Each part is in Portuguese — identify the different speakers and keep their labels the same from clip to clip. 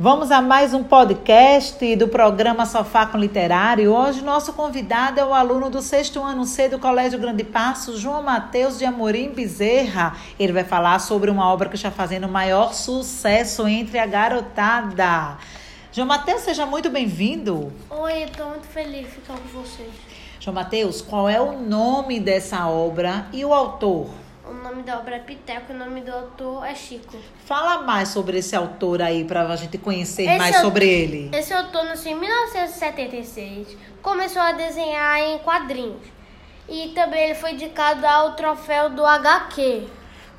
Speaker 1: Vamos a mais um podcast do programa Sofá com Literário. Hoje, nosso convidado é o aluno do sexto ano C do Colégio Grande Passo, João Mateus de Amorim Bezerra. Ele vai falar sobre uma obra que está fazendo maior sucesso entre a garotada. João Mateus, seja muito bem-vindo.
Speaker 2: Oi, eu tô muito feliz de ficar com vocês.
Speaker 1: João Mateus, qual é o nome dessa obra e o autor?
Speaker 2: O nome da obra é Piteco, o nome do autor é Chico.
Speaker 1: Fala mais sobre esse autor aí para a gente conhecer
Speaker 2: Esse
Speaker 1: mais
Speaker 2: au-
Speaker 1: sobre ele.
Speaker 2: Esse autor, nasceu em 1976, começou a desenhar em quadrinhos. E também ele foi indicado ao troféu do HQ.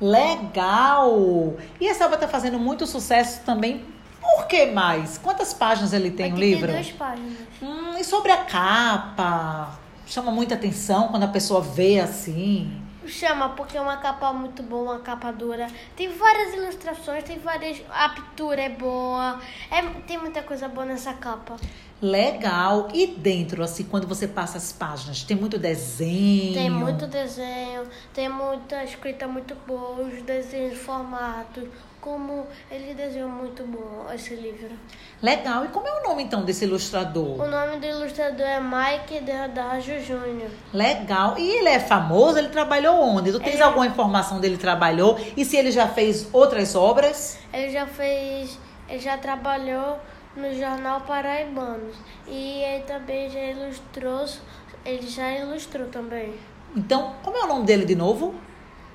Speaker 1: Legal! E essa obra está fazendo muito sucesso também. Por que mais? Quantas páginas ele tem o livro?
Speaker 2: duas páginas.
Speaker 1: Hum, e sobre a capa? Chama muita atenção quando a pessoa vê assim.
Speaker 2: Chama porque é uma capa muito boa, uma capa dura. Tem várias ilustrações, tem várias. A pintura é boa. É, tem muita coisa boa nessa capa.
Speaker 1: Legal. E dentro, assim, quando você passa as páginas, tem muito desenho.
Speaker 2: Tem muito desenho, tem muita escrita muito boa, os desenhos, formatos, como ele desenhou muito bom esse livro.
Speaker 1: Legal. E como é o nome então desse
Speaker 2: O
Speaker 1: ilustrador?
Speaker 2: nome do ilustrador é Mike Deodajo Jr.
Speaker 1: Legal. E ele é famoso? Ele trabalhou onde? Tu tens
Speaker 2: é-
Speaker 1: alguma informação dele trabalhou? E se ele já fez outras obras?
Speaker 2: Ele já fez, ele já trabalhou no jornal Paraibanos e ele também já ilustrou, ele já ilustrou também.
Speaker 1: Então, como é o nome dele de novo?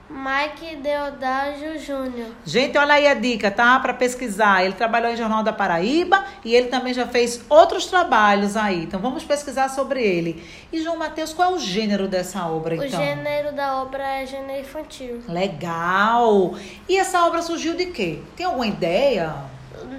Speaker 2: Mike Deodajo Jr.
Speaker 1: Gente, olha aí a dica, tá? Para pesquisar. Ele trabalhou em Jornal da Paraíba e ele também já fez outros trabalhos aí. Então vamos pesquisar sobre ele. E João Matheus, qual é o gênero dessa obra
Speaker 2: O
Speaker 1: então?
Speaker 2: gênero da obra é gênero infantil.
Speaker 1: Legal. E essa obra surgiu de quê? Tem alguma ideia?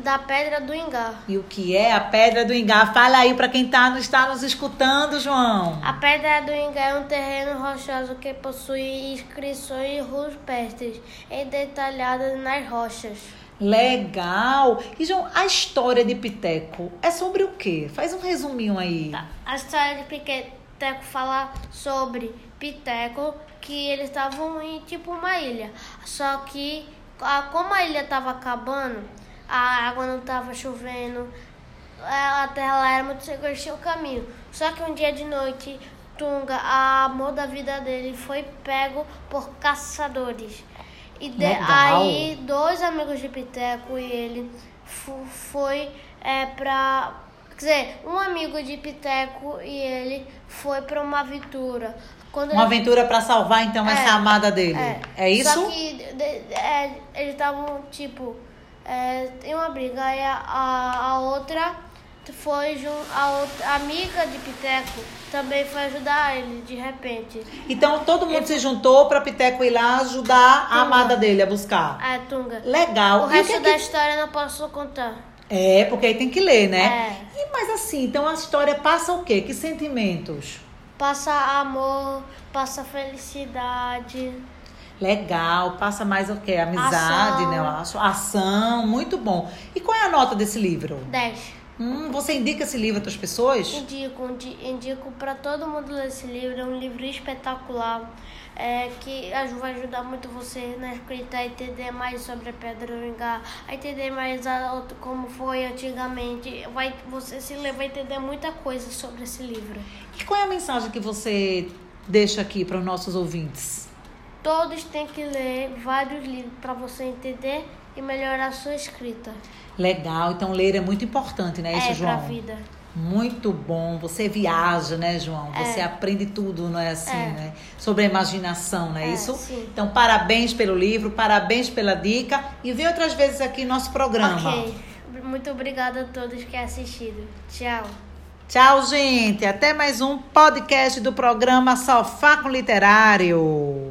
Speaker 2: Da Pedra do Engar.
Speaker 1: E o que é a Pedra do Engar? Fala aí para quem tá, está nos escutando, João.
Speaker 2: A Pedra do Ingá é um terreno rochoso que possui inscrições rupestres e detalhadas nas rochas.
Speaker 1: Legal. E João, a história de Piteco é sobre o quê? Faz um resuminho aí.
Speaker 2: A história de Piteco fala sobre Piteco, que eles estavam em tipo uma ilha. Só que a- como a ilha estava acabando, a água não estava chovendo, é, a a terra lá era muito segura, tinha o caminho. Só que um dia de noite, Tunga, a amor da vida dele, foi pego por caçadores. E de-
Speaker 1: Legal.
Speaker 2: aí dois amigos de Piteco e ele fu- foi é, pra. Quer dizer, um amigo de Piteco e ele foi pra uma aventura. Quando
Speaker 1: Uma
Speaker 2: ele-
Speaker 1: aventura para salvar então essa amada dele. É, isso?
Speaker 2: Só que de- de- é, eles estavam, tipo, é, tem uma briga. Aí a, a, a outra foi junto. A, outra, a amiga de Piteco também foi ajudar ele de repente.
Speaker 1: Então todo mundo se juntou para Piteco ir lá ajudar a amada dele a buscar.
Speaker 2: A É, Tunga.
Speaker 1: Legal.
Speaker 2: O
Speaker 1: E
Speaker 2: resto
Speaker 1: que é,
Speaker 2: da
Speaker 1: que-
Speaker 2: história eu não posso contar.
Speaker 1: é, porque aí tem que ler,
Speaker 2: É.
Speaker 1: né? E, mas assim, então a história passa o quê? Que sentimentos?
Speaker 2: Passa amor, passa felicidade.
Speaker 1: Legal, passa mais o quê? Amizade,
Speaker 2: Ação.
Speaker 1: né? Eu acho. Ação, muito bom. E qual é a nota desse livro?
Speaker 2: 10.
Speaker 1: Hum, você indica esse livro para as pessoas?
Speaker 2: Indico, indi- indico para todo mundo ler esse livro. É um livro espetacular é, que aju- vai ajudar muito você na escrita a entender mais sobre a Pedra do Engar, a entender mais a, outra- como foi antigamente. Vai, você se ler, vai entender muita coisa sobre esse livro.
Speaker 1: E qual é a mensagem que você deixa aqui para os nossos ouvintes?
Speaker 2: Todos têm que ler vários livros para você entender e melhorar a sua escrita.
Speaker 1: Legal, então ler é muito importante, né, isso,
Speaker 2: é
Speaker 1: João?
Speaker 2: pra vida.
Speaker 1: Muito bom. Você viaja, né, João?
Speaker 2: É.
Speaker 1: Você aprende tudo, não é assim, né? Sobre a imaginação, não é,
Speaker 2: É,
Speaker 1: isso?
Speaker 2: sim.
Speaker 1: Então, parabéns pelo livro, parabéns pela dica e vem outras vezes aqui no nosso programa.
Speaker 2: Ok. Muito obrigada a todos que assistiram. Tchau.
Speaker 1: Tchau, gente. Até mais um podcast do programa Sofá com Literário.